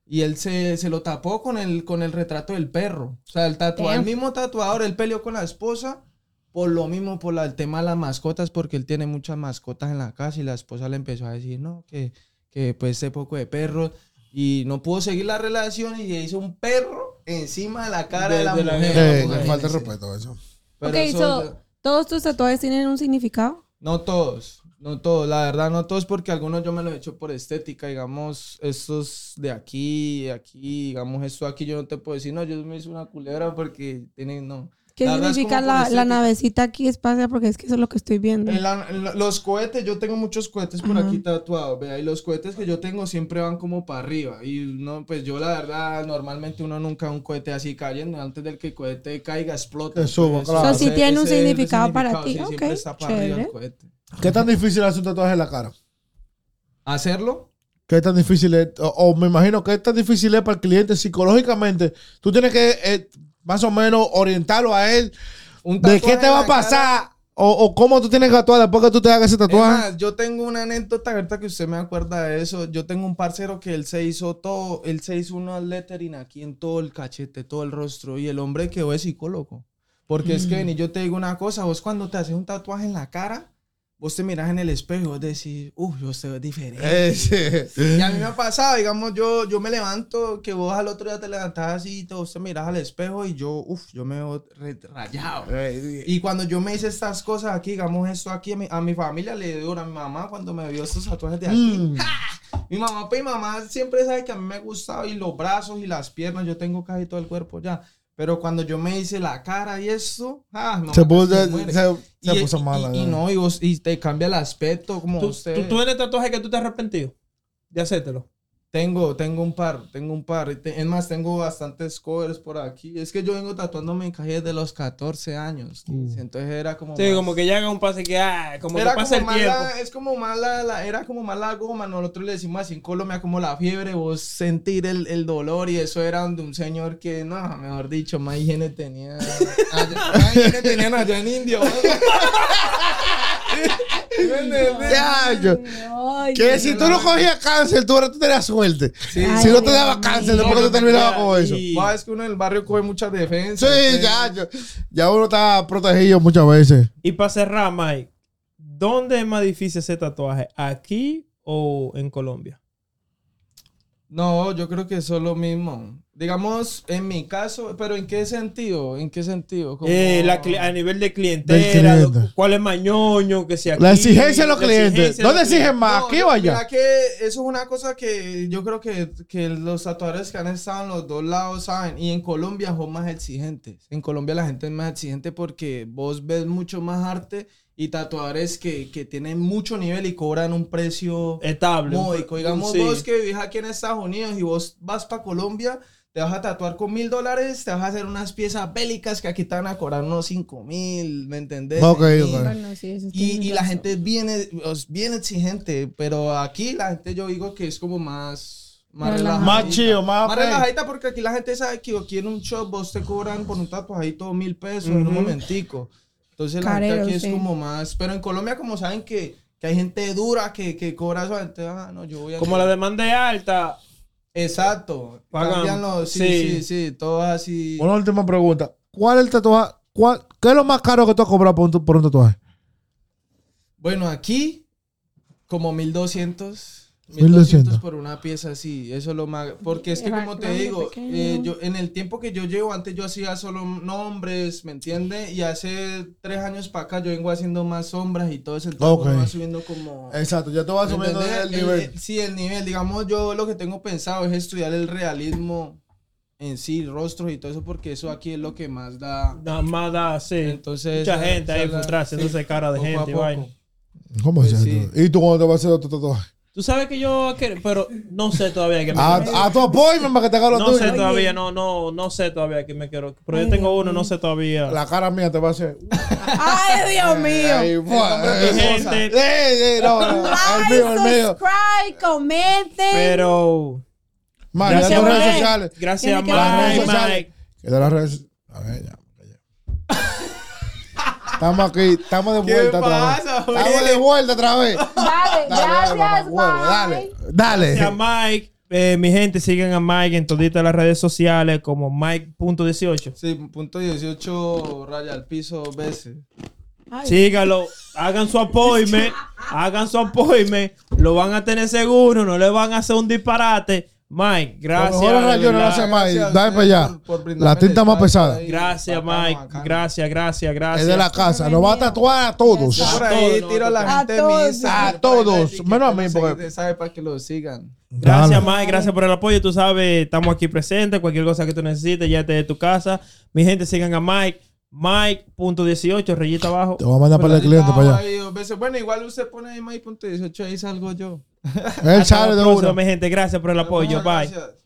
Y él se, se lo tapó con el, con el retrato del perro. O sea, el, tatuador, el
Damn.
mismo tatuador, él peleó con la esposa por lo mismo, por la- el tema de las mascotas, porque él tiene muchas mascotas en la casa y la esposa le empezó a decir, no, que, que pues ese poco de perros. Y no pudo seguir la relación y le hizo un perro encima de la cara de,
De-
la
de la
mujer.
gente.
Eh,
Imagínense.
falta de respeto eso.
Pero
ok,
eso-
so, ¿todos tus tatuajes tienen un significado?
no todos, no todos, la verdad no todos porque algunos yo me los he hecho por estética, digamos, estos de aquí, de aquí, digamos, esto de aquí, yo no te puedo decir, no, yo me hice una culebra porque tienen, no.
¿Qué
La verdad es
significa
como por
la, la
estética.
navecita aquí espacia? Porque es que eso es lo que estoy viendo.
En la- en la- los cohetes, yo tengo muchos cohetes por
Ajá.
aquí tatuados, vea, y los cohetes que yo tengo siempre van como para arriba, y no, pues yo la verdad, normalmente uno nunca un cohete así cayendo, antes del que el cohete caiga, explota.
Que suba,
Entonces,
claro.
O sea, sí
ese-
tiene un
ese es el
significado para ti,
sí, siempre
ok,
está para arriba el
chévere.
cohete.
¿Qué tan difícil es un tatuaje en la cara?
¿Hacerlo?
¿Qué tan difícil es? O, o me imagino que tan difícil es para el cliente psicológicamente. Tú tienes que eh, más o menos orientarlo a él
Un
de
tatuaje
qué te
en
va
la
a
cara-
pasar o, o cómo tú tienes que actuar después que tú te hagas ese
Es
tatuaje.
más, yo tengo una anécdota ahorita que usted me acuerda de eso. Yo tengo un parcero que él se hizo todo, él se hizo una lettering aquí en todo el cachete, todo el rostro, y el hombre quedó de psicólogo. Porque
Mm.
es que, Benny, yo te digo una cosa, vos cuando te haces un tatuaje en la cara, vos te miras en el espejo y vos decís, uff, yo se ve diferente.
Eh, sí.
Y a mí me ha pasado, digamos, yo, yo me levanto, que vos al otro día te levantás así y te, vos te miras al espejo y yo, uff, yo me veo re- rayado.
Eh,
Y cuando yo me hice estas cosas aquí, digamos esto aquí, a mi, a mi familia le dio duro, a mi mamá cuando me vio estos tatuajes de aquí.
mm.
Mi mamá, pues mi mamá siempre sabe que a mí me gustaba y los brazos y las piernas, yo tengo casi todo el cuerpo ya. Pero cuando yo me hice la cara y eso, ah, mi mamá
Se
casi
puso,
se muere.
se, se
y,
puso
y-
mala.
y, y
ya.
no, y, vos- y te cambia el aspecto como
¿Tú,
usted.
tú, tú tienes tatuaje que tú te has arrepentido de hacértelo?
Tengo, tengo un par, tengo un par. Y te- es más, tengo bastantes covers por aquí. Es que yo vengo tatuándome en calle desde los 14 años.
Mm.
15, Entonces era como...
Sí,
más-
como que ya haga un pase que, ah, como que
era
pasa el
como más
tiempo.
la- es como más la, la- era como más la goma, nosotros le decimos así en Colombia como la fiebre, vos sentir el, el dolor y eso era donde un señor que, no, mejor dicho, más higiene tenía, allá- más higiene tenían allá en India. ¿no?
Ya, yo-
Ay,
Que si tú no cogías cáncer, tú ahora tú tenías suerte. si no te daba cáncer, después que tú terminabas con eso.
Y-
Va, es que uno en el barrio coge muchas defensas.
Sí,
entonces-
ya, yo- ya uno está protegido muchas veces.
Y para cerrar, Mike, ¿dónde es más difícil ese tatuaje? ¿Aquí o en Colombia?
No, yo creo que eso es lo mismo. Digamos, en mi caso, pero ¿en qué sentido? ¿En qué sentido? Como-
Eh, la cli- a nivel de clientela,
Del cliente.
lo- cuál es más ñoño, que sea
La exigencia de los
la
clientes.
exigencia de
¿Dónde
los clientes.
exigen más?
No,
¿Aquí
yo-
o allá?
mira que eso es una cosa que yo creo que, que los tatuadores que han estado en los dos lados saben. Y en Colombia son más exigentes. En Colombia la gente es más exigente porque vos ves mucho más arte y tatuadores que, que tienen mucho nivel y cobran un precio
Eh,
Estable.
módico. Digamos
Sí.
vos que vivís aquí en Estados Unidos y vos vas para Colombia, te vas a tatuar con mil dólares, te vas a hacer unas piezas bélicas que aquí te van a cobrar unos cinco mil, ¿me entendés?
Ok,
Y-
ok.
Bueno, sí, eso
y,
tiene
y la
razón.
gente es bien, eh, os- bien exigente, pero aquí la gente yo digo que es como más... Más,
Relajada.
relajadita.
Más chill, más
Más
friend.
relajadita porque aquí la gente sabe que aquí en un shop vos te cobran por un tatuajito mil pesos en un
Ujú.
momentico. Entonces la
Carero,
gente aquí
sí.
es como más... Pero en Colombia como saben que, que hay gente dura que, que cobra eso, entonces, ah, no, yo voy a...
Como la demanda es alta,
Exacto.
Pagan.
Cambian los- Sí,
Sí.
sí, sí, todo así.
Una última pregunta. ¿Cuál es el tatuaje? cuál- ¿Qué es lo más caro que tú has cobrado por un, tu- por un tatuaje?
Bueno, aquí como 1200.
1200.
1200 por una pieza así, eso es lo más. Porque es que,
Era
como te
grande,
digo,
pequeño.
eh, yo, en el tiempo que yo llevo, antes yo hacía solo nombres, ¿me entiendes? Y hace tres años para acá yo vengo haciendo más sombras y todo eso, entonces
Ok.
uno va subiendo como.
Exacto, ya te vas subiendo
¿entendés? Eh,
el
El-
nivel.
el- sí, el nivel. Digamos, yo lo que tengo pensado es estudiar el realismo en sí, rostros y todo eso, porque eso aquí es lo que más da.
nada más da, sí.
Entonces,
Mucha
esa-
gente ahí
esa-
frustrarse,
sí,
entonces cara de
poco a
gente. y
poco.
vaina.
¿Cómo es
Pues
eso?
sí.
¿Y tú cuándo te vas a hacer otro tatuaje?
Tú sabes que yo, que- pero no sé todavía que me quiero hacer.
A, a tu apoyo, para que te haga Ah, lo
No
tuyo.
sé todavía, no, no, no sé todavía que me quiero. Pero yo
Ay,
tengo
Dios
uno, no
mío.
sé todavía.
La cara mía te va a hacer.
Ay, Dios mío.
Ay, fue.
Mi gente,
Eh, eh, no, no, el
Ay,
mío, el mío.
subscribe, comenten.
Pero
Man,
Gracias,
ya tus redes
Manuel.
sociales.
gracias a
Tiene que dar
las redes
Mike,
sociales.
Mike.
Que de las redes. A ver, ya. ya. Estamos aquí, estamos de
¿Qué
vuelta otra vez.
pasa,
Estamos de vuelta otra vez.
Dale,
Dale, dale,
gracias,
mamá, huevo,
bye.
dale. Dale.
Gracias a Mike. eh, mi gente, sigan a Mike en toditas las redes sociales como Mike.18.
Sí, punto 18 raya al piso dos veces.
Ay,
Sígalo, hagan su appointment, hagan su appointment, lo van a tener seguro, no le van a hacer un disparate. Mike, gracias.
Mejor
de
rayo no lo
verdad.
hace más.
Gracias a
Dale
ustedes
para allá.
por- por brindarme
La tinta
el
más
espacio
pesada.
ahí.
Gracias,
Bacano,
Mike.
bacano.
Gracias, gracias,
Es
gracias.
de la casa. Nos va a tatuar a todos.
Yo Por
A
ahí
todos,
tiro a
a
la gente de
todos.
mi
A
Instagram.
todos,
Por ahí,
menos a
que
mí,
los
porque-
seguidores saben para que lo sigan.
Gracias,
Dale.
Mike. Gracias por el apoyo. Tú sabes, estamos aquí presentes. Cualquier cosa que tú necesites, ya te de tu casa. Mi gente, sigan a Mike. Mike.18, rayita abajo.
Te voy a mandar para el cliente para allá.
Ahí dos veces. Bueno, igual usted pone ahí Mike punto 18, ahí salgo yo.
Él
Hasta
sale
la
de
próxima,
uno.
mi gente. Gracias por el apoyo.
Muchas
Bye.
gracias.